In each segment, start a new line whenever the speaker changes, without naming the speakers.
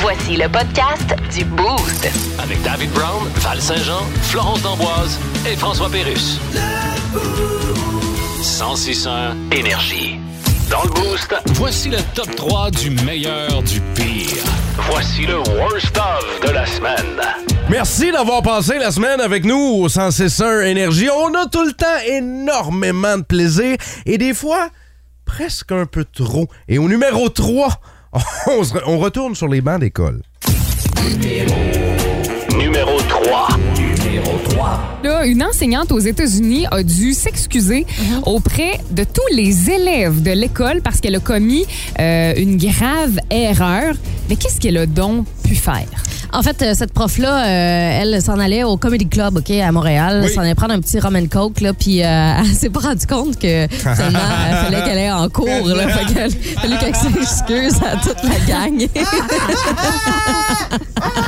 Voici le podcast du Boost.
Avec David Brown, Val Saint-Jean, Florence D'Amboise et François Pérus. 1061 Énergie. Dans le Boost, voici le top 3 du meilleur du pire. Voici le worst of de la semaine.
Merci d'avoir passé la semaine avec nous au 161 Énergie. On a tout le temps énormément de plaisir et des fois presque un peu trop. Et au numéro 3, on, se re- on retourne sur les bancs d'école.
Numéro 3. Numéro 3.
Là, une enseignante aux États-Unis a dû s'excuser auprès de tous les élèves de l'école parce qu'elle a commis euh, une grave erreur. Mais qu'est-ce qu'elle a donc pu faire?
En fait, euh, cette prof-là, euh, elle s'en allait au Comedy Club, OK, à Montréal. Elle s'en allait prendre un petit rum and coke, là, puis euh, elle s'est pas rendue compte que finalement, il fallait qu'elle aille en cours, là. Fait qu'elle fallait qu'elle s'excuse à toute la gang.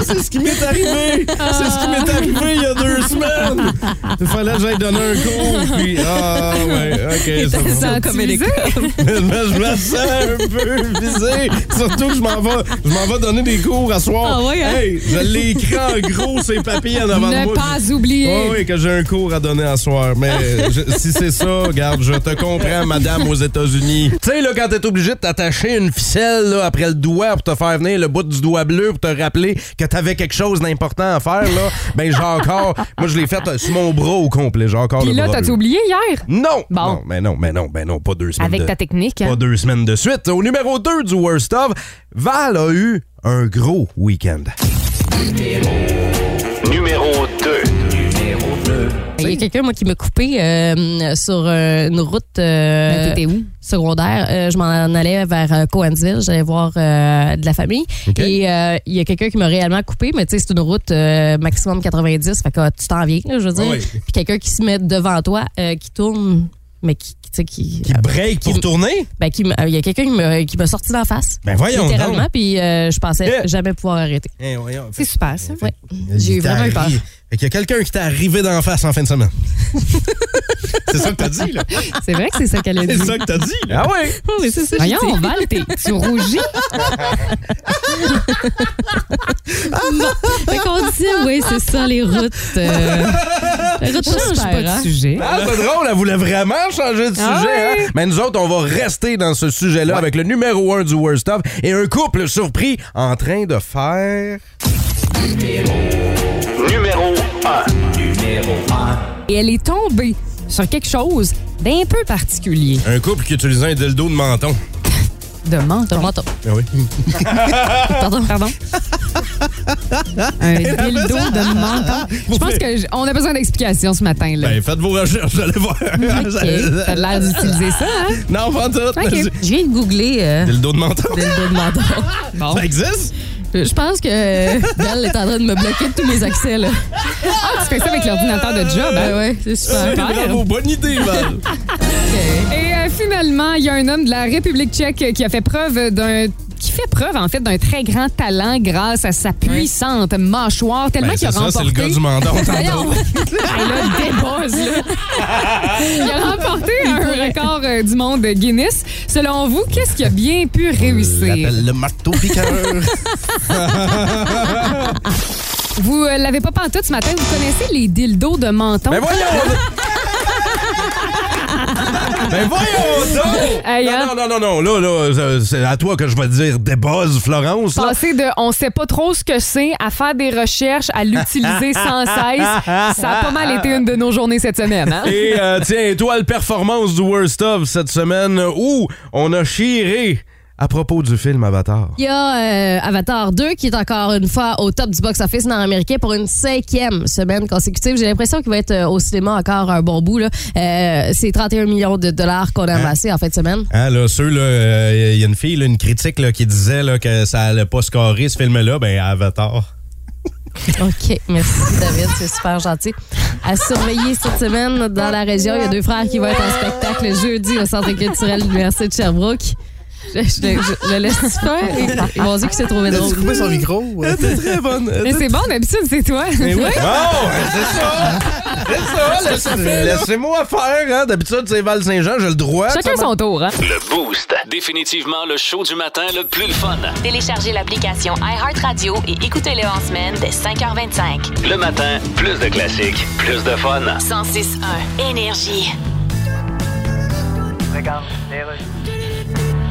c'est ce qui m'est arrivé! C'est ce qui m'est arrivé il y a deux semaines! Il fallait que j'aille donner un cours, puis... Ah, ouais, OK, c'est bon.
Ça, Comedy Club.
je me sens un peu visé. Surtout que je m'en vais, je m'en vais donner des cours à soir.
Ah ouais, hein?
Hey, je l'ai écrit en gros ces papiers en avant de
Ne
moi. Ah
pas oublier.
Oui, oui, que j'ai un cours à donner à soir. Mais
Ah.
je- si c'est ça, regarde, je te comprends, madame, aux États-Unis. Tu sais, là, quand t'es obligé de t'attacher une ficelle là, après le doigt pour te faire venir le bout du doigt bleu pour te rappeler que t'avais quelque chose d'important à faire, là, ben j'ai encore. Moi, je l'ai fait euh, sur mon bras au complet. J'ai encore
Puis
le
là,
bras
t'as
bleu.
oublié hier?
Non!
Bon.
Non, mais non, mais non, mais non, pas deux semaines
Avec
de-
ta technique. hein?
pas deux semaines de suite. Au numéro 2 du Worst of, Val a eu un gros week-end.
Numéro 2. Numéro 2.
Il y a quelqu'un, moi, qui m'a coupé euh, sur euh, une route euh,
Mais T'étais où?
secondaire. Euh, je m'en allais vers euh, Cowansville. J'allais voir euh, de la famille.
OK.
Et euh, il y a quelqu'un qui m'a réellement coupé, mais tu sais, c'est une route euh, maximum 90. Fait que euh, tu t'en viens, là, je veux dire.
Oui.
Puis quelqu'un qui se met devant toi, euh, qui tourne, mais qui, tu sais, qui.
Qui break pour
Qui-
tourner?
ben, qui m- euh, il y a quelqu'un qui m'a- qui m'a sorti d'en face.
Ben voyons donc.
Littéralement, puis euh, je pensais
Yeah.
jamais pouvoir arrêter.
Eh, voyons.
C'est super, ça.
Ouais. J'ai eu vraiment eu peur.
Il y a quelqu'un qui t'est arrivé d'en face en fin de semaine. c'est ça que t'as dit, là?
C'est vrai que c'est ça qu'elle a dit.
C'est ça que t'as dit, là? Ah ouais?
Oui, c'est ça, j'ai
Voyons,
dit.
Val, t'es- tu rougis.
Fait qu'on disait, oui, c'est ça, les routes. euh, les routes
Change
prospères,
pas
hein.
de sujet.
Ah, c'est drôle, elle voulait vraiment changer de sujet.
Ah ouais?
hein? Mais nous autres, on va rester dans ce sujet-là avec le numéro 1 du Worst of et un couple surpris en train de faire...
Numéro 1. Numéro 1.
Et elle est tombée sur quelque chose d'un peu particulier.
Un couple qui utilise un dildo de menton.
De menton.
Toronto.
Ben oui.
Pardon? Pardon? Un dildo de menton. Je pense qu'on a besoin d'explications ce matin. Là.
Ah, Ben, faites vos recherches, vous allez voir.
OK. T'as l'air d'utiliser ça, hein?
Non, pas en tout.
OK.
Je viens de googler euh,
Dildo de menton.
dildo de menton.
Bon.
Ça existe?
Je pense que euh, Val est en train de me bloquer de tous mes accès, là.
Ah, tu fais ça avec l'ordinateur de job, hein?
Ben ouais, c'est super.
Bravo, bonne idée, Val.
Et euh, finalement, il y a un homme de la République tchèque qui a fait preuve d'un qui fait preuve en fait d'un très grand talent grâce à sa puissante mâchoire tellement
Ben,
qu'il
c'est
a
ça,
remporté
c'est le gars du menton.
Voyons! Elle a des bosses, là. Il a remporté un record euh, du monde Guinness. Selon vous, qu'est-ce qui a bien
Euh,
pu réussir?
le marteau piqueur.
Vous euh, l'avez pas pantoute ce matin. Vous connaissez les dildos de menton?
ben voyons! ben voyons donc!
Hey, hein?
non, non, non, non, non, là, là, euh, c'est à toi que je vais dire des buzz, Florence. là.
Passer de on sait pas trop ce que c'est à faire des recherches, à l'utiliser sans cesse, ça a pas mal été une de nos journées cette semaine. Hein?
Et euh, tiens, étoile performance du Worst of cette semaine où on a chiré à propos du film Avatar.
Il y a euh, Avatar 2 qui est encore une fois au top du box-office nord-américain pour une cinquième semaine consécutive. J'ai l'impression qu'il va être euh, au cinéma encore un bon bout. là. Euh, c'est 31 millions de dollars qu'on a amassés en fin de semaine.
Hein, là, ceux, là, euh, il y a une fille, là, une critique là, qui disait là, que ça allait pas scorer ce film-là, ben Avatar.
OK, merci David, c'est super gentil. À surveiller cette semaine dans la région, il y a deux frères qui vont être en spectacle jeudi au Centre culturel de l'Université de Sherbrooke. Je, je, je- je laisse faire. Ils vont dire que c'est trouvé
T'as-tu
drôle.
coupé son micro?
Elle était très bonne. Elle
Mais
était-
c'est bon, d'habitude, c'est toi.
Mais oui. Non, c'est ça. C'est ça, laissez- laissez-moi faire. Hein. D'habitude, c'est Val Saint-Jean, j'ai le droit.
Chacun
ça,
son tour, hein?
Le Boost. Définitivement le show du matin le plus le fun.
Téléchargez l'application iHeartRadio et écoutez-le en semaine dès 5h25.
Le matin, plus de classiques, plus de fun.
106.1 Énergie.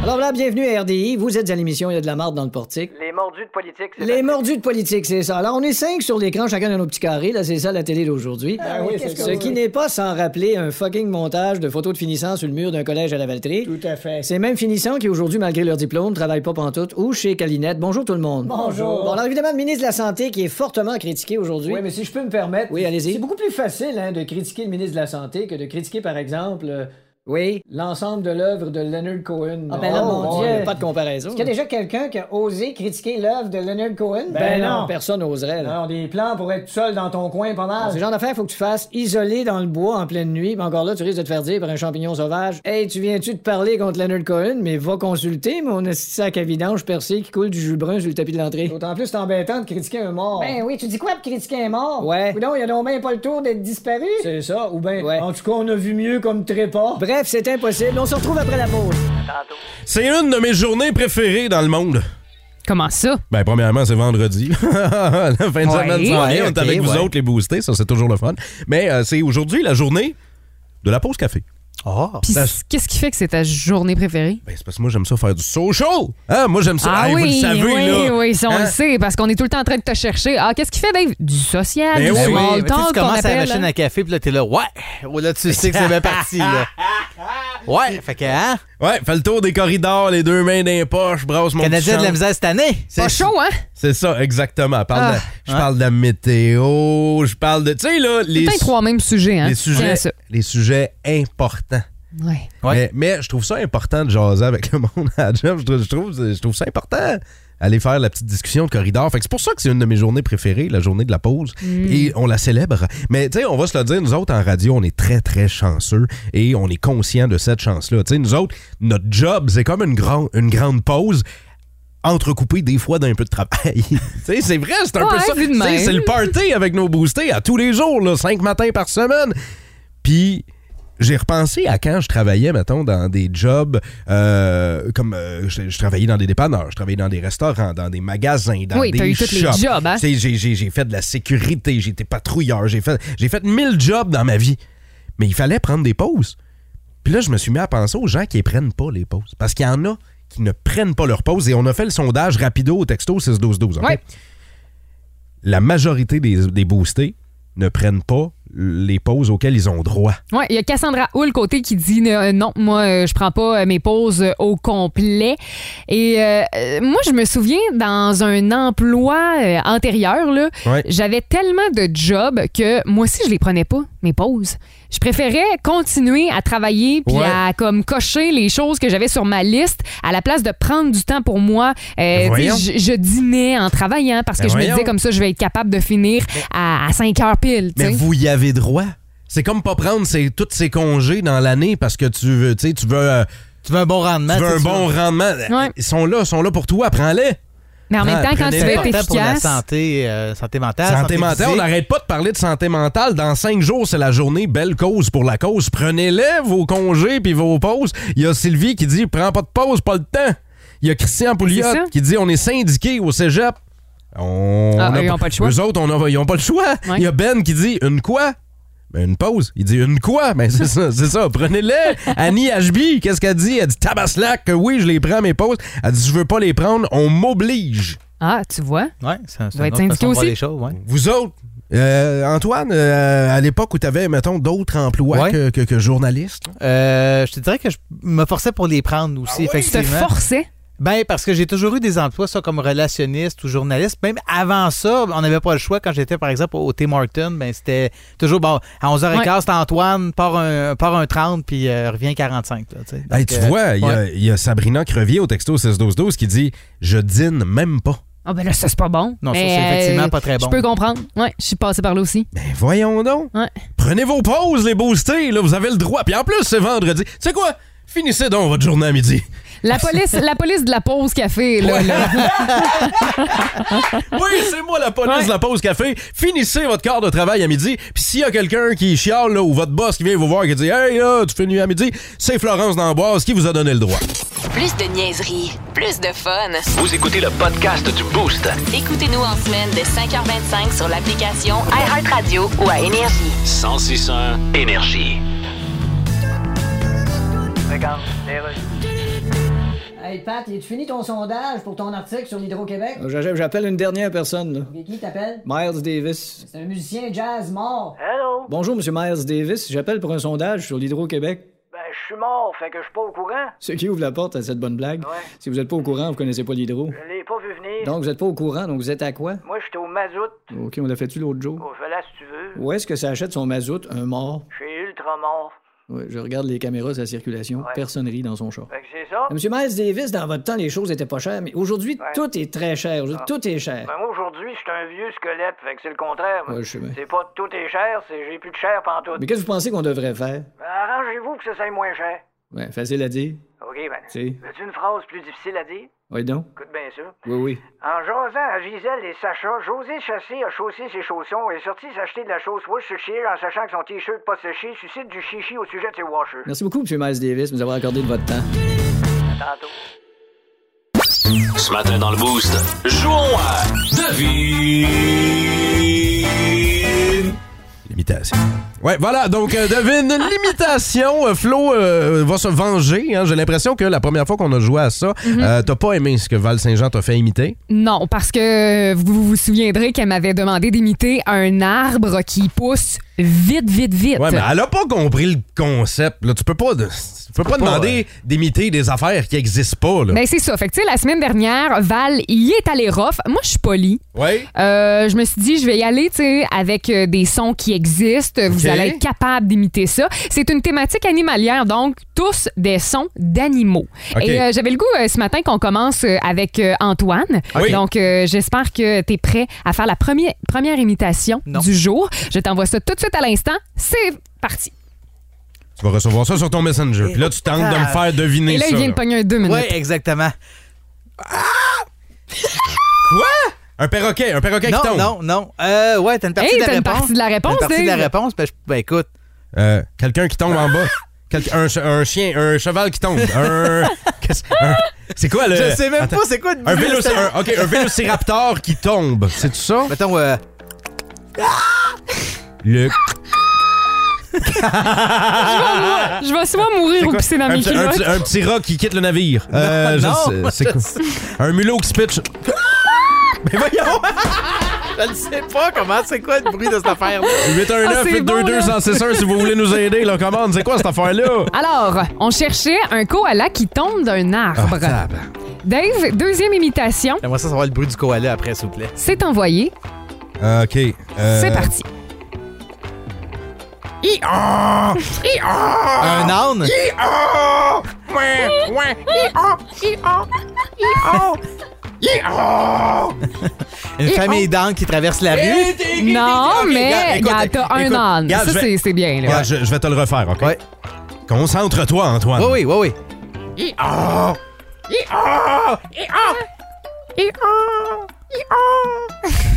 Alors là, bienvenue à RDI. Vous êtes à l'émission Il y a de la marde dans le portique.
Les mordus de politique, c'est
Les mordus de politique, c'est ça. Alors, on est cinq sur l'écran, chacun dans nos petits carrés. Là, c'est ça la télé d'aujourd'hui. Ce qui n'est pas sans rappeler un fucking montage de photos de finissants sur le mur d'un collège à la Valtrie. Tout à fait. Ces mêmes finissants qui, aujourd'hui, malgré leur diplôme, travaillent pas pantoute ou chez Calinette. Bonjour tout le monde. Bonjour. Bon, alors évidemment, le ministre de la Santé qui est fortement critiqué aujourd'hui. Oui, mais si je peux me permettre. Oui, allez-y. C'est beaucoup plus facile hein, de critiquer le ministre de la Santé que de critiquer, par exemple... euh, Oui. L'ensemble de l'œuvre de Leonard Cohen. Ah ben là, mon Dieu. pas de comparaison. Est-ce qu'il y a déjà quelqu'un qui a osé critiquer l'œuvre de Leonard Cohen? Ben, non. Personne oserait. Là. Non, des plans pour être seul dans ton coin, pas mal. Ce genre d'affaires, faut que tu fasses isolé dans le bois en pleine nuit. Mais encore là, tu risques de te faire dire par un champignon sauvage. Hey, tu viens-tu de parler contre Leonard Cohen? Mais va consulter mon esti de sac à vidange percé qui coule du jus brun sur le tapis de l'entrée. D'autant plus, c'est embêtant de critiquer un mort. Ben oui, tu dis quoi de critiquer un mort? Ouais. Ou non, il a donc bien pas le tour d'être disparu. C'est ça, ou ben. En tout cas, on a vu mieux comme trépas. Bref, c'est impossible. On se retrouve après la pause.
C'est une de mes journées préférées dans le monde.
Comment ça?
Ben, premièrement, c'est vendredi. la fin de
Ouais,
semaine, s'en vient. on
ouais,
est avec
ok,
vous
ouais.
autres, les boostés. Ça, c'est toujours le fun. Mais euh, c'est aujourd'hui la journée de la pause café.
Ah!
Puis
Ça-
c- qu'est-ce qui fait que c'est ta journée préférée?
Ben, c'est parce que moi, j'aime ça faire du social. Hein? Moi, j'aime ça. Hey, vous le savez,
Ah oui,
là.
oui, ça, on
Hein?
le sait, parce qu'on est tout le temps en train de te chercher. Ah, qu'est-ce qu'il fait, Dave? Du social,
Ben
du
oui.
small
Mais tu sais,
talk
tu
qu'on
commences à la
appelle,
machine
hein?
à café, puis là, t'es là, ouais! Ouais, Là, tu sais que c'est bien parti, là. Ouais! Fait que, hein?
Ouais, fais le tour des corridors, les deux mains dans les poches, brasse mon petit
Canadien de la
champ.
misère cette année!
Pas chaud, hein?
C'est ça, exactement. Parle de-
Ah.
je parle de la météo, je parle de. Tu sais, là,
Tout
les,
le temps,
su-
les trois mêmes sujets, hein?
les,
Tiens
sujets,
ça.
les sujets importants.
Ouais.
Ouais.
Mais, mais je trouve ça important de jaser avec le monde à la job. Je trouve, je trouve, je trouve ça important aller faire la petite discussion de corridor. Fait que c'est pour ça que c'est une de mes journées préférées, la journée de la pause.
Mm.
Et on la célèbre. Mais tu sais, on va se le dire, nous autres en radio, on est très, très chanceux et on est conscient de cette chance-là. Tu sais, nous autres, notre job, c'est comme une, grand, une grande pause entrecoupée des fois d'un peu de travail. Tu sais, c'est vrai, c'est un peu
Ouais,
ça.
vu de
Tu sais,
même.
C'est le party avec nos boostés à tous les jours, là, cinq matins par semaine. Puis j'ai repensé à quand je travaillais, mettons, dans des jobs euh, comme euh, je, je travaillais dans des dépanneurs, je travaillais dans des restaurants, dans des magasins, dans
Oui,
des
t'as eu tous les
shops.
jobs, hein?
Tu sais, J'ai, j'ai- j'ai fait de la sécurité, j'étais patrouilleur, j'ai fait, j'ai fait mille jobs dans ma vie. Mais il fallait prendre des pauses. Puis là, je me suis mis à penser aux gens qui ne prennent pas les pauses. Parce qu'il y en a qui ne prennent pas leurs pauses. Et on a fait le sondage rapido au texto 6-12-12. OK?
Ouais.
La majorité des, des boostés ne prennent pas les pauses auxquelles ils ont droit.
Ouais, il y a Cassandra Hull côté qui dit euh, non, moi euh, je prends pas euh, mes pauses euh, au complet. Et euh, euh, moi je me souviens dans un emploi euh, antérieur là,
Ouais.
j'avais tellement de jobs que moi aussi je les prenais pas mes pauses. Je préférais continuer à travailler puis
Ouais.
à comme cocher les choses que j'avais sur ma liste à la place de prendre du temps pour moi. Euh, tu sais,
Ben voyons.
je, je dînais en travaillant parce que
Ben
je me
voyons.
disais comme ça je vais être capable de finir à, à 5 heures pile. tu
Mais
sais.
vous y avez droit. C'est comme pas prendre ses- tous ces congés dans l'année parce que tu veux, tu sais, tu veux, euh,
Tu veux un bon rendement?
tu veux
tu
un
sais,
bon rendement.
Ouais.
Ils sont là, sont là pour toi, prends-les.
Mais en même temps quand tu
Prenez
veux être
l'important pour la
efficace.
santé, euh, santé mentale.
Santé mentale, on
physique.
n'arrête pas de parler de santé mentale. Dans cinq jours, c'est la journée Belle cause pour la cause. Prenez-les, vos congés puis vos pauses. Il y a Sylvie qui dit Prends pas de pause, pas le temps. Il y a Christian
C'est ça.
Pouliot qui dit On est syndiqué au cégep. On
Ah,
a
eux, ils ont pas le choix.
Eux autres, on a- ils n'ont pas le choix. Il
Ouais.
y a Ben qui dit Une quoi Ben, une pause. Il dit une quoi? Ben, c'est ça, c'est ça. Prenez-les. Annie HB, qu'est-ce qu'elle dit? Elle dit tabaslac, que oui, je les prends, mes pauses. Elle dit, je veux pas les prendre, on m'oblige.
Ah, tu vois?
Ouais, c'est un
Doit être syndiqué aussi.
les choses, ouais.
Vous autres, euh, Antoine, euh, à l'époque où tu avais, mettons, d'autres emplois
Ouais.
que, que- que journaliste, là.
Euh, je te dirais que je me forçais pour les prendre aussi,
Tu te
effectivement.
forçais.
Ben, parce que j'ai toujours eu des emplois, ça, comme relationniste ou journaliste. Même avant ça, on n'avait pas le choix. Quand j'étais, par exemple, au T. Martin, ben, c'était toujours, bon, à 11h15, c'était Antoine, part un, part un 30, puis euh, revient 45, là, tu sais.
Ben,
Hey,
Donc,
tu
euh,
vois, il y a-
ouais.
il y, a Sabrina Crevier au texto 16-12-12 qui dit Je dîne même pas.
Ah, ben là, ça, c'est pas bon.
Non, ça,
Mais, euh,
c'est effectivement pas très bon.
Je peux comprendre. Ouais, je suis passée par là aussi.
Ben voyons donc.
Ouais.
Prenez vos pauses, les boostés, là, vous avez le droit. Puis en plus, c'est vendredi. C'est quoi Finissez donc votre journée à midi.
La police, la police de la pause café, là. là.
Oui, c'est moi la police de la pause café. Finissez votre quart de travail à midi. Puis s'il y a quelqu'un qui chiale là, ou votre boss qui vient vous voir et qui dit Hey là, tu finis à midi, c'est Florence d'Amboise qui vous a donné le droit.
Plus de niaiserie, plus de fun.
Vous écoutez le podcast du Boost.
Écoutez-nous en semaine de 5h25 sur l'application iHeartRadio ou à Énergie.
1061 Énergie.
Hey Pat, tu fini ton sondage pour ton article sur l'Hydro-Québec?
Euh, J'a- J'appelle une dernière personne, là.
Qui t'appelle?
Miles Davis.
C'est un musicien jazz mort.
Bonjour, Monsieur Miles Davis. J'appelle pour un sondage sur l'Hydro-Québec.
Ben, je suis mort, fait que je suis pas au courant.
Ce qui ouvre la porte à cette bonne blague. Si vous n'êtes pas au courant, vous connaissez pas l'Hydro.
Je l'ai pas vu venir.
Donc, vous n'êtes pas au courant, donc vous êtes à quoi?
Moi, j'étais au mazout.
OK, on l'a fait-tu l'autre jour?
Au là si tu veux.
Où est-ce que ça achète son mazout? Un mort.
Je suis ultra mort.
Ouais, je regarde les caméras de sa circulation. Personne rit dans son char.
Fait que c'est ça.
Euh, Monsieur Miles Davis, dans votre temps, les choses étaient pas chères, mais aujourd'hui, tout est très cher. Aujourd'hui, Tout est cher.
Ben, moi, aujourd'hui, je suis un vieux squelette, fait que c'est le contraire. moi.
Ouais, je sais bien.
C'est pas tout est cher, c'est j'ai plus de chair pantoute.
Mais qu'est-ce que vous pensez qu'on devrait faire?
Ben, arrangez-vous que ça soit moins cher.
Ouais, facile à dire.
OK, ben.
Si.
Veux-tu une phrase plus difficile à dire?
Oui, donc.
Écoute bien ça.
Oui, oui.
En jasant à Gisèle et Sacha, José Chassé a chaussé ses chaussons et est sorti s'acheter de la chose Worcestershire en sachant que son t-shirt pas séché suscite du chichi au sujet de ses washers.
Merci beaucoup, Monsieur Miles Davis, de nous avoir accordé de votre temps.
Tantôt.
Ce matin dans le Boost, jouons à Devine.
L'imitation. Ouais, voilà, donc euh, devine l'imitation. Euh, Flo euh, va se venger. hein. J'ai l'impression que la première fois qu'on a joué à ça, euh, t'as pas aimé ce que Val Saint-Jean t'a fait imiter.
Non, parce que vous vous souviendrez qu'elle m'avait demandé d'imiter un arbre qui pousse vite, vite, vite.
Ouais, mais elle a pas compris le concept. Là. Tu peux pas, de- tu peux pas demander d'imiter des affaires qui existent pas. Là.
Ben, c'est ça. Fait que, tu sais, la semaine dernière, Val y est allé rough. Moi, je suis polie.
Ouais.
Euh, je me suis dit, je vais y aller, tu sais, avec euh, des sons qui existent. Vous
Ok.
allez être capable d'imiter ça. C'est une thématique animalière, donc tous des sons d'animaux.
Ok.
Et euh, j'avais le goût euh, ce matin qu'on commence euh, avec euh, Antoine.
Oui.
Donc, euh, j'espère que tu es prêt à faire la première, première imitation
Non.
du jour. Je t'envoie ça tout de suite à l'instant. C'est parti.
Tu vas recevoir ça sur ton Messenger. Puis là, tu tentes de me
Ah.
faire deviner
Et là,
ça.
il vient de
là.
pogner un deux minutes.
Oui, exactement.
Quoi? Un perroquet, un perroquet qui
Non,
tombe.
non, non. Euh, ouais, t'as une partie
Hey,
de la
t'as une
réponse.
partie de la réponse,
T'as Une partie de la
Dave.
réponse. Ben, je- ben, écoute,
Euh, Quelqu'un qui tombe en bas. Quelqu'un- un, che- un chien, un cheval qui tombe. Un. qu'est-ce- un- C'est quoi le.
je sais même
Attends.
pas c'est quoi de
Un, vélo- un- ok, un vélociraptor qui tombe. C'est tout ça?
Mettons, euh,
Le.
Ah, Je vais soit mourir ou
quoi?
pisser dans
un,
mes
petit, un
culottes.
petit- un petit rat qui quitte le navire. Euh, je
non, Ah!
sais- c'est quoi? Un mulot qui se pitch. Mais voyons!
je ne sais pas comment c'est quoi le bruit de cette affaire-là. Ah,
819
c'est bon,
822
là.
161 si vous voulez nous aider, là, commande. C'est quoi cette affaire-là?
Alors, on cherchait un koala qui tombe d'un
Ah,
arbre. Dave, deuxième imitation,
J'aimerais ça savoir le bruit du koala après, s'il vous plaît.
c'est envoyé.
Euh, OK. euh,
C'est parti.
Un
Ah!
âne? Une famille d'ânes qui traverse la rue?
Non, mais
écoute,
regarde, t'as un
écoute,
âne.
regarde,
Ça,
je vais-
c'est c'est bien. là.
Regarde, Ah, je, je vais te le refaire, OK?
Ouais.
Concentre-toi, Antoine.
Oui, oui, oui, oui.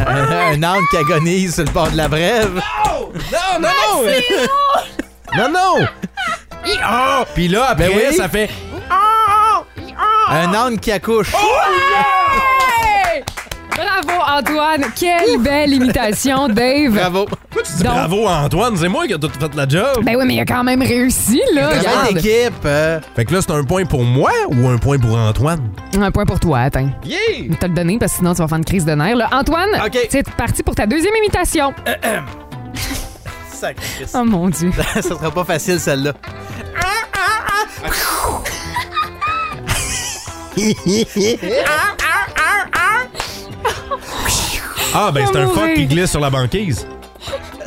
Un âne qui agonise sur le bord de la brève.
Non, non, non! non, non! Ah! Puis là, après,
Ben oui.
ça fait...
Un âne qui accouche.
Oh!
Hey! Bravo, Antoine. Quelle belle imitation, Dave.
Bravo. Oh.
Donc-
Bravo, Antoine, c'est moi qui ai tout fait la job.
Ben oui, mais il a quand même réussi, là.
Travail
Regarde.
d'équipe. euh,
Fait que là, c'est un point pour moi ou un point pour Antoine?
Un point pour toi, attends.
Yeah!
Je vais te le donner parce que sinon, tu vas faire une crise de nerfs. là. Antoine,
OK.
c'est parti pour ta deuxième imitation.
Euh.
sacrifice.
Oh mon Dieu.
ça sera pas facile, celle-là.
Ah, ben, c'est
On
un
mourait.
fuck qui glisse sur la banquise.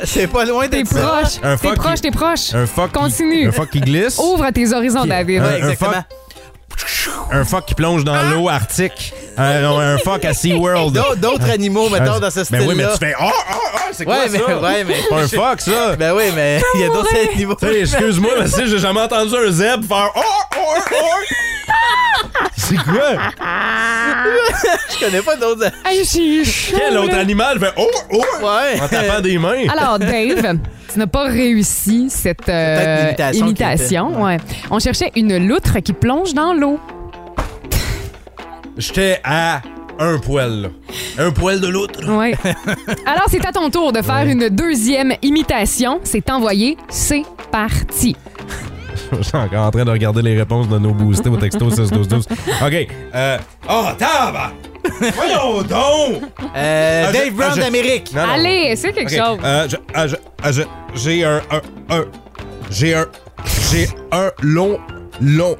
C'est pas loin
T'es
d'être ça.
proche.
Un
T'es
fuck
proche,
qui-
t'es proche.
Un fuck qui-
Continue. Oh.
un fuck qui glisse.
Ouvre tes horizons, David.
Un- un
Exactement.
fuck- Un fuck qui plonge dans l'eau arctique. Un, un fuck à SeaWorld.
D'au- D'autres animaux, mettons, dans ce style-là.
Ben oui, mais tu fais. Oh, oh, oh, c'est quoi
Ouais, mais-
ça?
ouais, mais-
C'est pas un fuck, ça.
Ben oui, mais il y a d'autres animaux.
ah, Tu sais, excuse-moi, mais si j'ai jamais entendu un zèbre faire. Oh, oh, oh. C'est quoi?
Je connais pas d'autres.
Hey, c'est chaud,
Quel autre
là.
animal fait oh, oh
Ouais.
en tapant des mains?
Alors, Dave, tu n'as pas réussi cette euh,
C'est peut-être l'imitation
imitation.
qu'il fait.
ouais. On cherchait une loutre qui plonge dans l'eau.
J'étais à un poil, là. Un poil de l'autre.
Ouais. Alors, c'est à ton tour de faire une deuxième imitation. C'est envoyé. C'est parti.
Je suis encore en train de regarder les réponses de nos boostés au texto 6-12-12. OK. Euh... Oh, tabac! Voyons donc!
Euh,
Ah, je-
Dave Brown
ah, je-
d'Amérique.
Non, non.
Allez, essaie quelque
Ok,
chose.
euh, je- ah, je- ah, je- j'ai un, un, un- J'ai un... J'ai un long, long,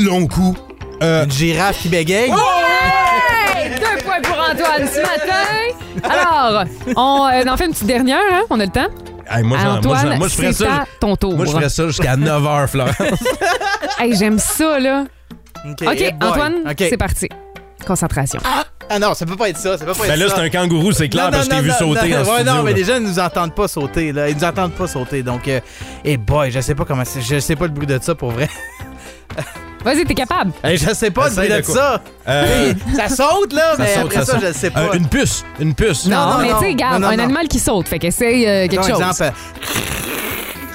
long cou. Euh...
Une girafe qui bégaye.
Ah.
Hey, deux points pour Antoine ce matin. Alors, on euh, en fait une petite dernière. hein? On a le temps.
hey, moi, j'en- moi,
Antoine,
j'en- moi, je ferais
c'est
ça...
à ton tour.
Moi, je ferais ça jusqu'à 9h, Florence.
Hey, j'aime ça, là. OK,
hey boy.
Antoine,
OK.
c'est parti. Concentration.
Ah non, ça peut pas être ça. Ça peut pas être
ben là,
ça.
c'est un kangourou, c'est clair,
Non,
parce que
non,
je t'ai vu
non,
sauter
non,
en
ouais,
studio.
Non, mais
là.
les gens ne nous entendent pas sauter. Là. Ils nous entendent pas sauter. Donc, euh, hey boy, je sais pas comment c'est. Je sais pas le bruit de ça pour vrai.
Vas-y, t'es capable.
Hey, je sais pas le
Essaye
bruit de,
de quoi?
ça.
Euh,
Ça saute, là,
ça
mais
saute,
après ça,
saute.
je le sais pas.
Euh, une puce, une puce.
Non,
non,
mais
non.
tu sais, regarde,
Non, non,
un
non.
animal qui saute. Fait qu'essaye euh, quelque
Par
chose.
exemple,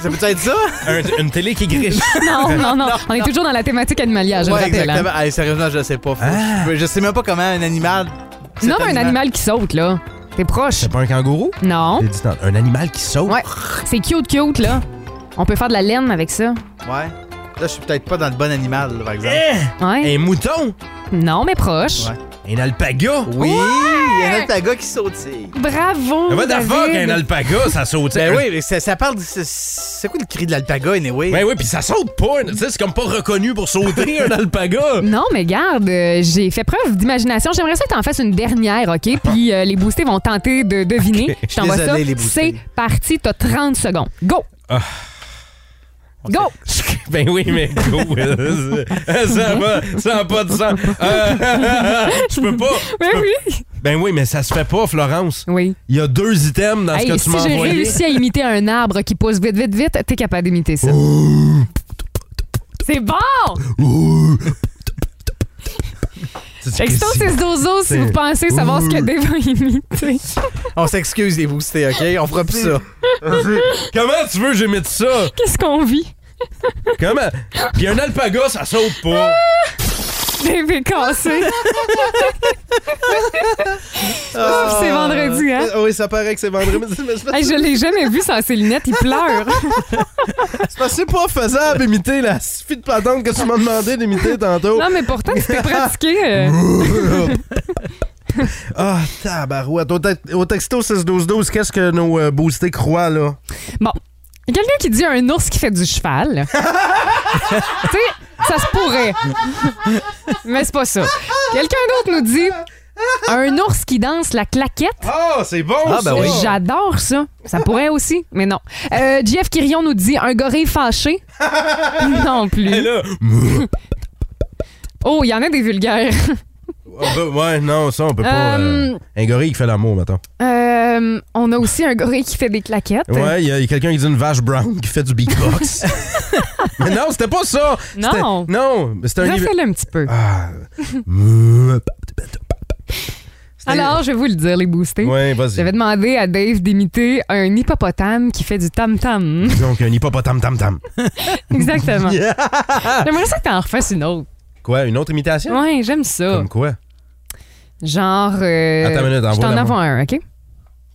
ça peut être ça?
Un- une télé qui griche.
Non, non, non, On est toujours dans la thématique animalière, je le
ouais,
rappelle. hein.
exactement. Hey, sérieusement, je le sais pas. Faut-
Ah.
Je je sais même pas comment un animal. cet
Non, mais un animal qui saute, là. T'es proche.
C'est pas un kangourou?
Non.
Hum.
J'ai dit non, un animal qui saute.
Ouais. C'est cute, cute, là. On peut faire de la laine avec ça.
Ouais. Là, je suis peut-être pas dans le bon animal, là, par exemple.
Ouais.
Eh! Un mouton?
Non, mais proche.
Ouais.
Un alpaga?
Oui, il y a un alpaga qui sautille.
Bravo.
What
Oh,
the
David.
fuck, un alpaga, ça saute.
Ben oui, mais ça, ça parle. du- C'est c'est quoi le cri de l'alpaga, anyway?
Ben oui, puis ça saute pas. Tu sais, c'est comme pas reconnu pour sauter un alpaga.
Non, mais garde, euh, j'ai fait preuve d'imagination. J'aimerais ça que t'en fasses une dernière, OK?
Ah.
Puis euh, les boostés vont tenter de deviner. Je t'envoie ça.
Désolé, les Ah.
C'est
boostés.
parti, t'as 30 secondes. Go! Go!
Ben oui, mais go. ça va, ça a pas de sens. Euh, je peux pas.
Oui,
je peux-
oui.
Ben oui, mais ça se fait pas, Florence.
Oui.
Il y a deux items dans
Hey,
ce que tu
si
m'as
j'ai
envoyé.
réussi à imiter un arbre qui pousse vite, vite, vite, t'es capable d'imiter ça. C'est bon!
C'est-tu
Texto
que si-
6 dozo si
C'est-
vous pensez savoir ce que Dave va imiter.
On s'excuse les boostés, OK? On fera plus ça.
Comment tu veux que j'imite ça?
Qu'est-ce qu'on vit?
Comment? Puis un alpaga, ça saute pas.
Dave est cassé. Ouf, c'est vendredi, hein?
Ah. Oui, ça paraît que c'est vendredi. mais c'est- mais c'est pas-
Hey, je l'ai jamais vu sans ses lunettes, il pleure.
c'est pas- C'est pas faisable imiter la suffit de patente que tu m'as demandé d'imiter tantôt.
Non, mais pourtant, tu t'es pratiqué. euh.
Ah, tabarouette. Au, te- au texto 6-12-12, qu'est-ce que nos euh, boostés croient, là?
Bon. Il y a Quelqu'un qui dit un ours qui fait du cheval. tu sais, ça se pourrait. Mais c'est pas ça. Quelqu'un d'autre nous dit un ours qui danse la claquette.
Ah, c'est bon,
Ah, ben
ça.
oui.
J'adore ça. Ça pourrait aussi, mais non. Euh, Jeff Kirion nous dit un gorille fâché. non
Et
plus.
là,
Oh, il y en a des vulgaires.
on peut- Ah, ben, ouais, non, ça, on peut pas.
Euh,
euh, Un gorille qui fait l'amour, mettons.
Euh, on a aussi un gorille qui fait des claquettes.
Ouais, il y a, il y a quelqu'un qui dit une vache brown qui fait du beatbox. Mais non, c'était pas ça.
Non.
C'était- Non, mais c'était un livre.
Refais-le un petit peu.
Ah.
Alors, je vais vous le dire, les boostés.
ouais, vas-y.
J'avais demandé à Dave d'imiter un hippopotame qui fait du tam-tam.
Donc, un hippopotame tam tam.
Exactement. J'aimerais ça que t'en refasses une autre.
Quoi, une autre imitation?
Ouais, j'aime ça.
Comme quoi?
Genre. euh,
Attends une minute,
je t'en
envoie-la-moi.
envoie un, OK?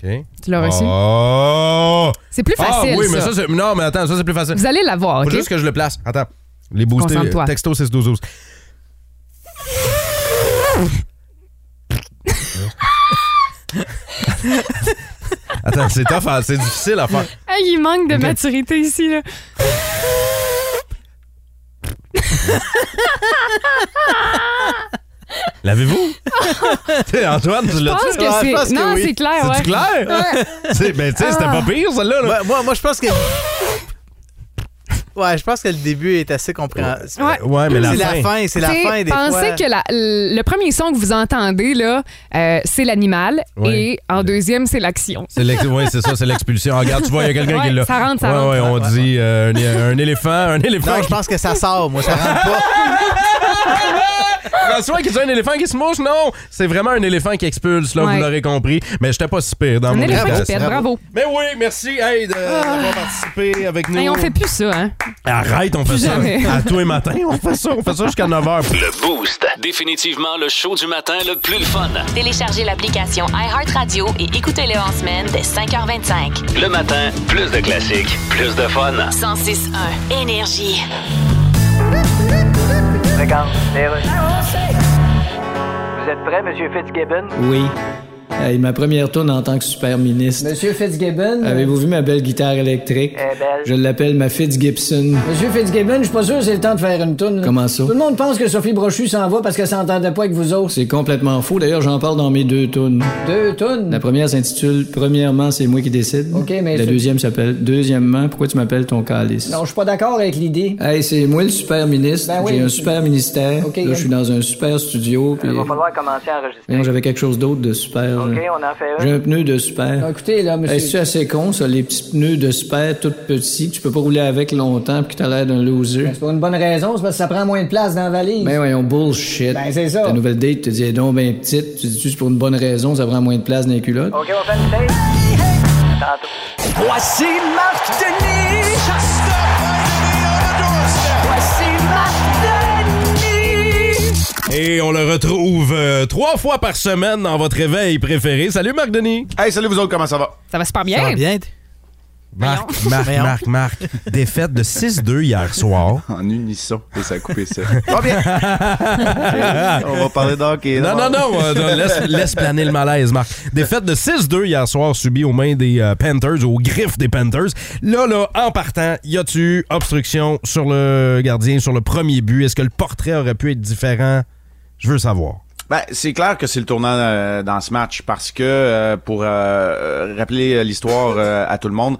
OK.
Tu l'as reçu?
Oh!
C'est plus facile.
ah oui, mais
ça.
ça, c'est. Non, mais attends, ça, c'est plus facile.
Vous allez l'avoir,
Faut
OK?
juste que je le place. Attends. Les boostés. euh,
Concentre-toi.
Texto 6 12 12. Attends, c'est tough, à- c'est difficile à faire.
Hey, il manque de maturité ici, là.
L'avez-vous? T'sais, Antoine, tu
Je
l'as
pense que
Ouais, je pense
c'est.
que
Non,
oui.
c'est clair, ouais. Ah.
C'est clair? C'est- Ben, tu sais, c'était pas pire, celle-là. là.
Ouais, moi, moi je pense que. Ouais, je pense que le début est assez compréhensible.
Ouais.
Ouais, mais
C'est
la
la
fin.
fin, c'est la
T'sais,
fin des
Pensez
fois.
que la- l- le premier son que vous entendez, là, euh, c'est l'animal.
Ouais.
Et en deuxième, c'est l'action.
C'est l'ex- ouais, c'est ça, c'est l'expulsion. Ah, regarde, tu vois, il y a quelqu'un qui est
Ouais,
là.
ça rentre, ça
ouais,
rentre.
ouais, on dit euh, un, un éléphant, un éléphant.
Non, je pense que ça sort, moi, ça rentre pas.
François qui dit un éléphant qui se mouche, non! C'est vraiment un éléphant qui expulse, là,
Ouais.
vous l'aurez compris. Mais j'étais pas si pire dans
Un
Ah, mon
éléphant qui
défense.
pète, bravo.
Mais oui, merci hey, de- d'avoir participé avec nous.
Hey, on fait plus ça, hein?
Arrête, on fait ça
jamais.
à tous les matins. On fait ça, on fait ça jusqu'à 9h.
Le Boost. Définitivement le show du matin le plus le fun.
Téléchargez l'application iHeartRadio et écoutez-le en semaine dès 5h25.
Le matin, plus de classiques, plus de fun.
106.1 Énergie.
Regarde, les rues. Vous êtes prêt, Monsieur Fitzgibbon?
Oui. Hey, ma première tourne en tant que super ministre.
Monsieur Fitzgibbon?
Euh.
Avez-vous vu ma belle guitare électrique?
Eh belle.
Je l'appelle ma Fitzgibson.
Monsieur Fitzgibbon, je suis pas sûr que c'est le temps de faire une toune. là.
Comment ça?
Tout le monde pense que Sophie Brochu s'en va parce qu'elle s'entendait pas avec vous autres.
C'est complètement faux. D'ailleurs, j'en parle dans mes deux tunes.
Deux tounes.
La première s'intitule Premièrement, c'est moi qui décide.
OK, mais
La
c'est-
deuxième s'appelle Deuxièmement, pourquoi tu m'appelles ton calice?
Non, je suis pas d'accord avec l'idée.
Hey, c'est moi le super ministre.
Ben oui.
J'ai un super ministère.
OK,
Là, je suis
good.
dans un super studio. Puis...
falloir commencer à enregistrer.
Voyons, j'avais quelque chose d'autre de super. là.
on en fait
J'ai un pneu de super.
écoutez, là, monsieur.
Est-ce que c'est assez con, ça, les petits pneus de super tout petits, que tu peux pas rouler avec longtemps pis que t'as l'air d'un loser?
Ben, C'est pour une bonne raison, c'est parce que ça prend moins de place dans la valise.
Ben voyons, bullshit.
Ben, c'est ça.
Ta nouvelle date te dit, elle est donc ben petite, tu dis, c'est pour une bonne raison, ça prend moins de place dans les culottes.
OK, on fait une tape.
Et on le retrouve euh, trois fois par semaine dans votre réveil préféré. Salut Marc Denis.
Hey, salut vous autres, comment ça va?
Ça va super
Ça va
bien.
bien?
Marc, Marc, Marc, Marc. Défaite de 6-2 hier soir.
En unisson, et ça a coupé ça. Va bien! on va parler d'hockey.
Non, non, non, euh, non, laisse, laisse planer le malaise, Marc. Défaite de 6-2 hier soir subie aux mains des euh, Panthers, aux griffes des Panthers. Là, là, en partant, y a-tu eu obstruction sur le gardien, sur le premier but? Est-ce que le portrait aurait pu être différent? Je veux savoir.
Ben, c'est clair que c'est le tournant euh, dans ce match parce que, euh, pour euh, rappeler euh, l'histoire euh, à tout le monde,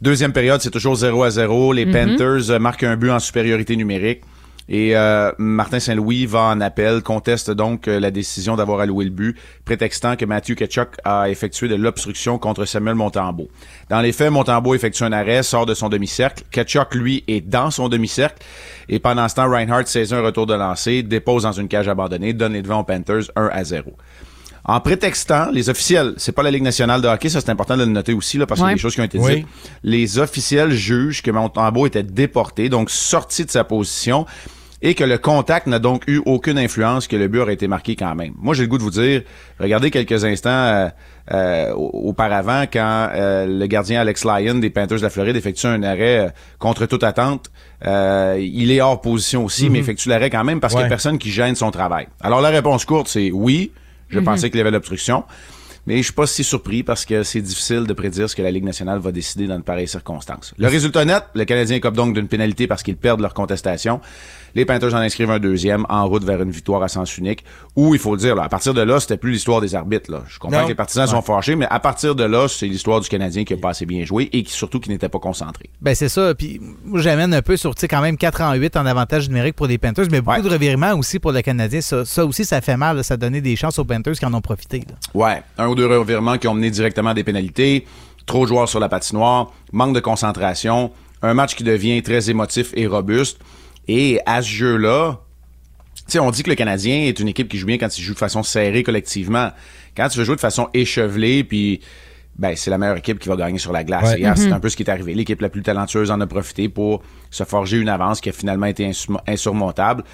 deuxième période, c'est toujours 0 à 0. Les Panthers euh, marquent un but en supériorité numérique. Et euh, Martin Saint-Louis va en appel, conteste donc euh, la décision d'avoir alloué le but, prétextant que Matthew Ketchuk a effectué de l'obstruction contre Samuel Montembeau. Dans les faits, Montembeau effectue un arrêt, sort de son demi-cercle. Ketchuk, lui, est dans son demi-cercle. Et pendant ce temps, Reinhardt saisit un retour de lancer, dépose dans une cage abandonnée, donne les devants aux Panthers 1 à 0. En prétextant, les officiels, c'est pas la Ligue nationale de hockey, ça c'est important de le noter aussi, là, parce qu'il y
Ouais.
a des choses qui ont été
Oui.
dites. Les officiels jugent que Montembeau était déporté, donc sorti de sa position, et que le contact n'a donc eu aucune influence, que le but aurait été marqué quand même. Moi, j'ai le goût de vous dire, regardez quelques instants euh, euh, a- auparavant, quand euh, le gardien Alex Lyon des Panthers de la Floride effectue un arrêt euh, contre toute attente, euh, il est hors position aussi, mais effectue l'arrêt quand même parce qu'il
Ouais.
n'y a personne qui gêne son travail. Alors, la réponse courte, c'est oui, je pensais qu'il y avait l'obstruction. Mais je suis pas si surpris parce que c'est difficile de prédire ce que la Ligue nationale va décider dans de pareilles circonstances. Le résultat net, le Canadien cope donc d'une pénalité parce qu'ils perdent leur contestation. Les Panthers en inscrivent un deuxième en route vers une victoire à sens unique. Où, il faut le dire, là, à partir de là, c'était plus l'histoire des arbitres. Là. Je comprends
Non.
que les partisans sont fâchés, mais à partir de là, c'est l'histoire du Canadien qui a pas assez bien joué et qui surtout qui n'était pas concentré.
Ben c'est ça. Puis moi, j'amène un peu sur, tu sais, quand même 4 en 8 en avantage numérique pour les Panthers, mais beaucoup de revirements aussi pour le Canadien. Ça, ça aussi, ça fait mal. là. Ça donnait des chances aux Panthers qui en ont profité. là.
Ouais, un ou deux revirements qui ont mené directement à des pénalités, trop de joueurs sur la patinoire, manque de concentration, un match qui devient très émotif et robuste. Et à ce jeu-là, tu sais, on dit que le Canadien est une équipe qui joue bien quand il joue de façon serrée collectivement. Quand tu veux jouer de façon échevelée, puis ben c'est la meilleure équipe qui va gagner sur la glace.
Ouais. Mm-hmm.
Et hier, c'est un peu ce qui est arrivé. L'équipe la plus talentueuse en a profité pour se forger une avance qui a finalement été insum- insurmontable.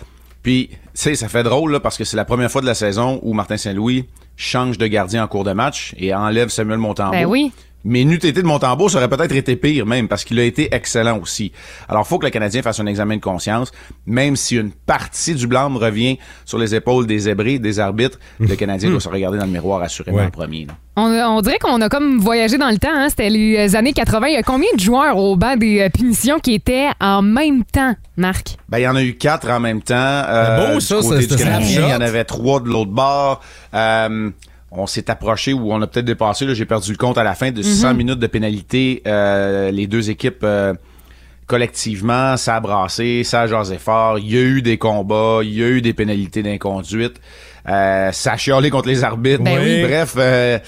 Puis, tu sais, ça fait drôle là, parce que c'est la première fois de la saison où Martin Saint-Louis change de gardien en cours de match et enlève Samuel Montembeau.
Ben oui.
Mais n'eût été de Montembeau, ça aurait peut-être été pire même, parce qu'il a été excellent aussi. Alors, faut que le Canadien fasse un examen de conscience, même si une partie du blâme revient sur les épaules des zébrés, des arbitres, le Canadien doit se regarder dans le miroir assurément
Mm-hmm. Ouais.
en premier. là.
On, on dirait qu'on a comme voyagé dans le temps. hein. C'était les années 80. Il y a combien de joueurs au banc des euh, punitions qui étaient en même temps, Marc?
Ben, il y en a eu quatre en même temps. Euh,
beau,
du
ça,
côté
ce-
du
ce
Canadien, il y en
snapshot.
avait trois de l'autre bord. Euh, on s'est approché ou on a peut-être dépassé, là, j'ai perdu le compte à la fin de 100 minutes de pénalité. Euh, les deux équipes euh, collectivement, ça a brassé, ça a jasé fort. Il y a eu des combats, il y a eu des pénalités d'inconduite. Euh, ça a chialé contre les arbitres.
Ben oui.
Bref, euh,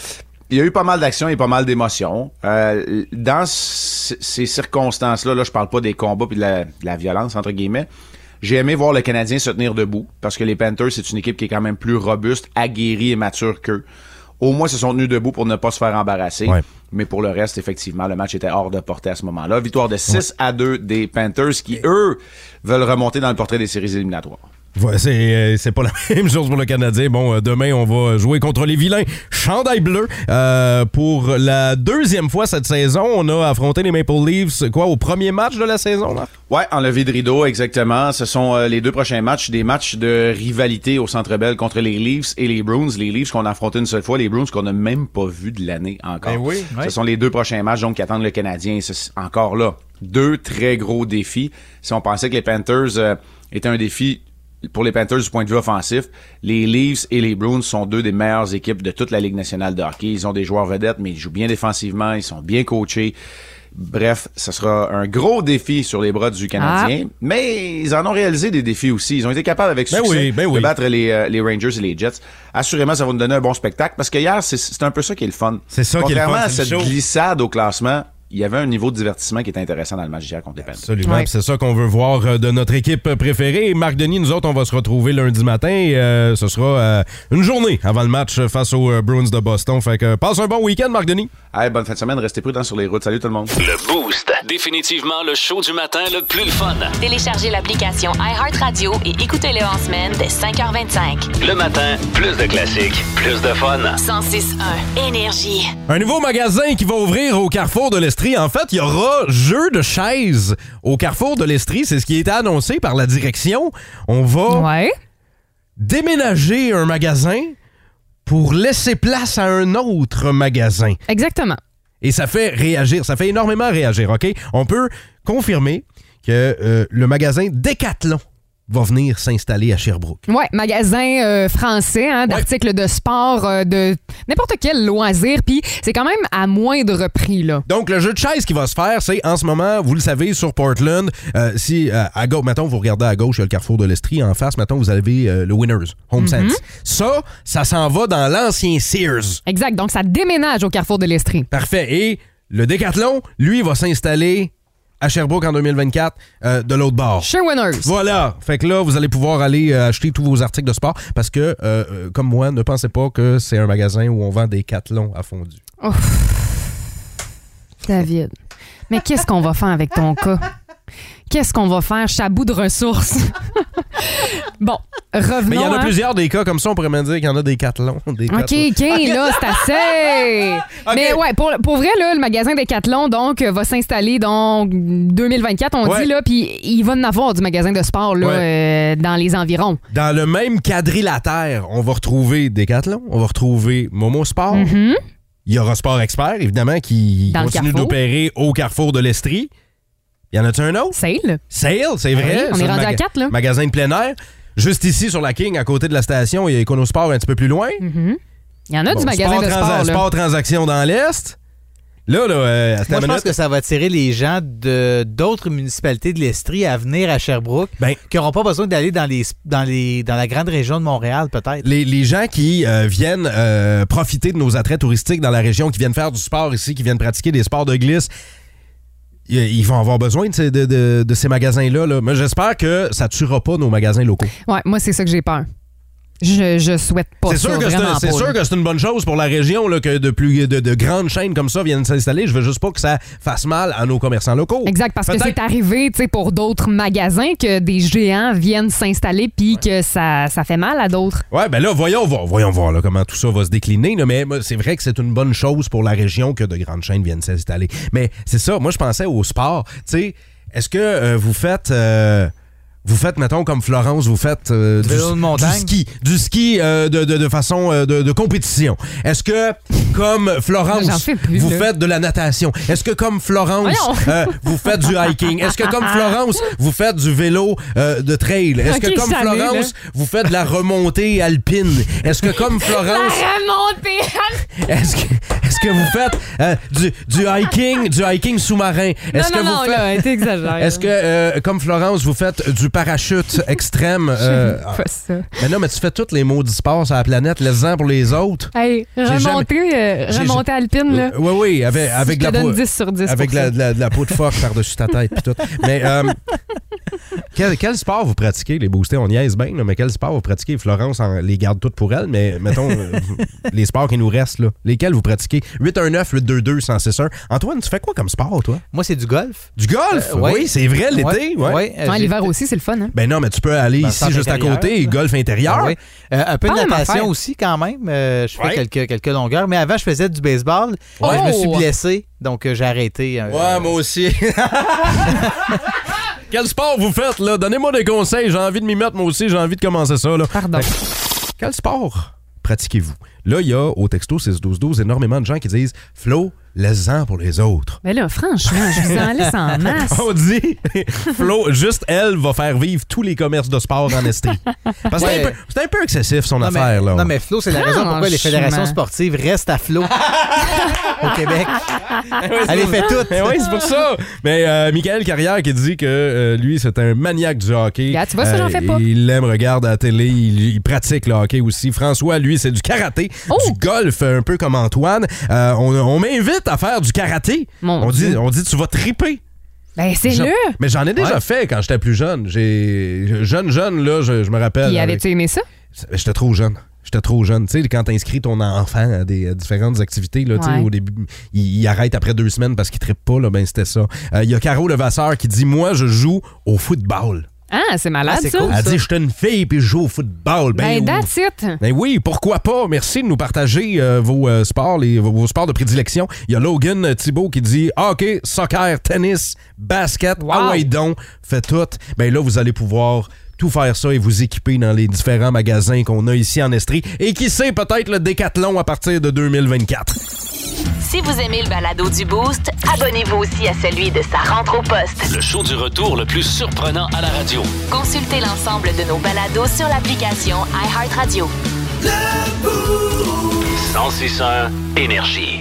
il y a eu pas mal d'actions et pas mal d'émotions. Euh, dans c- ces circonstances-là, là, je parle pas des combats puis de la, de la violence, entre guillemets. J'ai aimé voir le Canadien se tenir debout parce que les Panthers, c'est une équipe qui est quand même plus robuste, aguerrie et mature qu'eux. Au moins, se sont tenus debout pour ne pas se faire embarrasser.
Ouais.
Mais pour le reste, effectivement, le match était hors de portée à ce moment-là. Victoire de 6 à 2 des Panthers qui, eux, veulent remonter dans le portrait des séries éliminatoires.
Ouais, c'est, euh, c'est pas la même chose pour le Canadien. Bon, euh, demain, on va jouer contre les vilains. Chandail bleu. Euh, pour la deuxième fois cette saison, on a affronté les Maple Leafs, quoi, au premier match de la saison, là?
Ouais, en levée de rideau, exactement. Ce sont euh, les deux prochains matchs, des matchs de rivalité au Centre Bell contre les Leafs et les Bruins. Les Leafs qu'on a affrontés une seule fois, les Bruins qu'on n'a même pas vu de l'année encore.
Ben oui,
Ce
ouais.
sont les deux prochains matchs donc qui attendent le Canadien. Ce- c'est encore là, deux très gros défis. Si on pensait que les Panthers euh, étaient un défi pour les Panthers du point de vue offensif, les Leafs et les Bruins sont deux des meilleures équipes de toute la Ligue nationale de hockey. Ils ont des joueurs vedettes, mais ils jouent bien défensivement, ils sont bien coachés. Bref, ce sera un gros défi sur les bras du Canadien, mais ils en ont réalisé des défis aussi. Ils ont été capables avec
Ben
succès
oui, ben
de
oui.
battre les, euh, les Rangers et les Jets. Assurément, ça va nous donner un bon spectacle parce que hier, c'est- c'est un peu ça qui est le fun.
C'est ça qui est le fun,
Contrairement à
c'est le
cette
show.
glissade au classement, il y avait un niveau de divertissement qui était intéressant dans le match hier contre les Panthers.
Absolument.
Ouais.
Puis C'est ça qu'on veut voir euh, de notre équipe préférée. Et Marc Denis, nous autres, on va se retrouver lundi matin. Et, euh, ce sera euh, une journée avant le match euh, face aux euh, Bruins de Boston. Fait que euh, passe un bon week-end, Marc Denis.
Allez, bonne fin de semaine. Restez prudents sur les routes. Salut tout le monde.
Le Boost. Définitivement le show du matin le plus le fun.
Téléchargez l'application iHeartRadio et écoutez-le en semaine dès 5h25.
Le matin, plus de classiques, plus de fun.
106.1 Énergie.
Un nouveau magasin qui va ouvrir au Carrefour de l'Estrie. En fait, il y aura jeu de chaises au Carrefour de l'Estrie. C'est ce qui a été annoncé par la direction. On va
Ah. Ouais.
déménager un magasin pour laisser place à un autre magasin.
Exactement.
Et ça fait réagir, ça fait énormément réagir, OK? On peut confirmer que euh, le magasin Decathlon va venir s'installer à Sherbrooke.
Ouais, magasin euh, français, hein, d'articles de sport, euh, de n'importe quel loisir. Puis c'est quand même à moindre prix, là.
Donc, le jeu de chaise qui va se faire, c'est en ce moment, vous le savez, sur Portland, euh, si euh, à gauche, mettons, vous regardez à gauche, il y a le carrefour de l'Estrie, en face, mettons, vous avez euh, le Winners, Home Sense. Ça, ça s'en va dans l'ancien Sears.
Exact. Donc ça déménage au carrefour de l'Estrie.
Parfait. Et le Décathlon, lui, va s'installer à Sherbrooke en 2024 euh, de l'autre bord.
Chez Winners.
Voilà. Fait que là, vous allez pouvoir aller euh, acheter tous vos articles de sport parce que, euh, euh, comme moi, ne pensez pas que c'est un magasin où on vend des cathlons à fondu.
David. Mais qu'est-ce qu'on va faire avec ton cas? Qu'est-ce qu'on va faire? Je suis à bout de ressources. bon, revenons.
Mais il y en a
hein.
plusieurs des cas comme ça, on pourrait même dire qu'il y en a des cathlons. Des
OK,
cathlons.
OK, là, c'est assez. Mais ouais, pour, pour vrai, là, le magasin Decathlon, donc, euh, va s'installer dans 2024, on
Ouais.
dit, là, puis il va en avoir du magasin de sport, là, euh, dans les environs.
Dans le même quadrilatère, on va retrouver des cathlons, on va retrouver Momo Sport. Il y aura Sport Expert, évidemment, qui
Mm-hmm. Dans le
continue
Carrefour.
d'opérer au carrefour de l'Estrie. Il y en a-tu un autre?
Sale.
Sale, c'est vrai.
Ah oui, on
sur
est
le
rendu à quatre, là.
Magasin de plein air. Juste ici, sur la King, à côté de la station, il y a Econosport un petit peu plus loin.
Il y en a
Bon,
du magasin
sport
de
transa-
sport, là.
Sport Transaction dans l'Est. Là, là, euh, à cette
Moi, je
minute-
pense que ça va attirer les gens de d'autres municipalités de l'Estrie à venir à Sherbrooke
Ben-
qui n'auront pas besoin d'aller dans les dans les dans la grande région de Montréal peut-être.
les, les gens qui euh, viennent euh, profiter de nos attraits touristiques dans la région, qui viennent faire du sport ici, qui viennent pratiquer des sports de glisse, i- ils vont avoir besoin de ces, de- de- de ces magasins-là. là. Mais j'espère que ça tuera pas nos magasins locaux.
Ouais, moi, c'est ça que j'ai peur. Je, je souhaite pas
C'est
ça,
sûr, que c'est
vraiment
un- c'est
pas,
sûr
là.
que c'est une bonne chose pour la région là, que de, plus, de, de grandes chaînes comme ça viennent s'installer. Je veux juste pas que ça fasse mal à nos commerçants locaux.
Exact, parce que
Peut-être-
c'est arrivé tu sais, pour d'autres magasins que des géants viennent s'installer puis que ça, ça fait mal à d'autres.
Ouais, ben là, voyons voir, voyons voir là, comment tout ça va se décliner. là. mais moi, c'est vrai que c'est une bonne chose pour la région que de grandes chaînes viennent s'installer. Mais c'est ça, moi je pensais au sport. Tu sais, est-ce que euh, vous faites. euh, vous faites, mettons, comme Florence, vous faites euh,
Du vélo de montagne.
du ski, du ski euh, de, de- de façon euh, de, de compétition. Est-ce que, comme
J'en
Florence,
fais plus,
vous
là.
faites de la natation? Est-ce que, comme Florence,
Voyons. Ah.
euh, vous faites du hiking? Est-ce que, comme Florence, vous faites du vélo euh, de trail? Est-ce
Ok,
que, comme
je savais, là.
Florence, vous faites de la remontée alpine. Est-ce que comme Florence,
Remontez!
est-ce que, est-ce que vous faites euh, du, du hiking, du hiking sous-marin?
Non,
Est-ce que
non, non,
vous faites...
là, t'exagères.
Est-ce que, euh, comme Florence, vous faites du parachute extrême? euh,
J'aime pas ça.
Mais non, mais tu fais tous les maudits sports à la planète, les-en pour les autres.
Hey, remonter, euh,
j'ai- Euh,
remonter alpine, là.
oui, oui, avec,
Si
avec
je
de la
te donne
peau.
10 sur 10
Avec
pour
de la,
ça.
de la- de la peau de phoque par-dessus ta tête puis tout. Mais euh, quel, quel sport vous pratiquez, les boostés? On niaise bien, là, mais quel sport vous pratiquez? Florence en- les garde toutes pour elle, mais mettons euh, les sports qui nous restent, là, lesquels vous pratiquez? 819-822 sans cesseur. Antoine, tu fais quoi comme sport, toi?
Moi, c'est du golf.
Du golf?
Euh, ouais.
Oui, c'est vrai, l'été.
Ouais,
ouais.
ouais, euh,
Ouais,
j'ai-
Ah, L'hiver aussi, c'est le fun. Hein?
Ben non, mais tu peux aller
Ben,
ici
centre
juste à
intérieur,
côté,
là.
golf intérieur.
Ah oui. Euh, un peu de
Pas la même
natation
affaire.
aussi, quand même. Euh, je fais
Ouais.
quelques, quelques longueurs. Mais avant, je faisais du baseball. Euh, je me suis
Oh!
blessé, donc euh, j'ai arrêté. euh,
Ouais, moi aussi. Quel sport vous faites, là? Donnez-moi des conseils. J'ai envie de m'y mettre, moi aussi. J'ai envie de commencer ça, là.
Pardon.
Quel sport pratiquez-vous? Là, il y a au texto 6-12-12 énormément de gens qui disent Flo, laisse-en pour les autres.
Mais Ben là, franchement, je vous en laisse en masse.
On dit Flo, juste elle va faire vivre tous les commerces de sport en Estrie. Parce que c'est un peu- c'est un, peu excessif, son
Non, mais,
affaire, là.
non, mais Flo, c'est la raison pourquoi les
Franchement.
fédérations sportives restent à Flo au Québec. Elle les fait toutes.
Mais oui, c'est pour ça. Mais euh, Michael Carrière qui dit que euh, lui, c'est un maniaque du hockey. Euh,
Regarde, tu vois, ça, j'en fais pas.
Il l'aime, regarde à la télé, il, il pratique le hockey aussi. François, lui, c'est du karaté,
Oh!
du golf, un peu comme Antoine. Euh, on on m'invite à faire du karaté.
Mon
on, dit, on dit, tu vas triper.
Ben, c'est
J'en-
le.
Mais j'en ai déjà
Ouais.
fait quand j'étais plus jeune. J'ai jeune jeune là, je, je me rappelle.
Puis
avec-
avais-tu aimé ça?
J'étais trop jeune. J'étais trop jeune. Tu sais, quand t'inscris ton enfant à des à différentes activités, là, tu sais,
Ouais.
au début, il, il arrête après deux semaines parce qu'il ne pas, là, ben c'était ça. Euh, Il y a Caro Levasseur qui dit Moi, je joue au football.
Ah, c'est malade,
Ah, c'est
ça.
cool.
Elle dit J'étais une fille puis je joue au football.
Ben,
oui.
that's it.
Ben oui, pourquoi pas? Merci de nous partager euh, vos euh, sports, les, vos, vos sports de prédilection. Il y a Logan Thibault qui dit hockey, soccer, tennis, basket,
Wow.
ah ouais donc, fait tout. Ben là, vous allez pouvoir tout faire ça et vous équiper dans les différents magasins qu'on a ici en Estrie. Et qui sait, peut-être le décathlon à partir de 2024.
Si vous aimez le balado du Boost, abonnez-vous aussi à celui de sa rentre au poste.
Le show du retour le plus surprenant à la radio.
Consultez l'ensemble de nos balados sur l'application iHeartRadio.
1061 Énergie.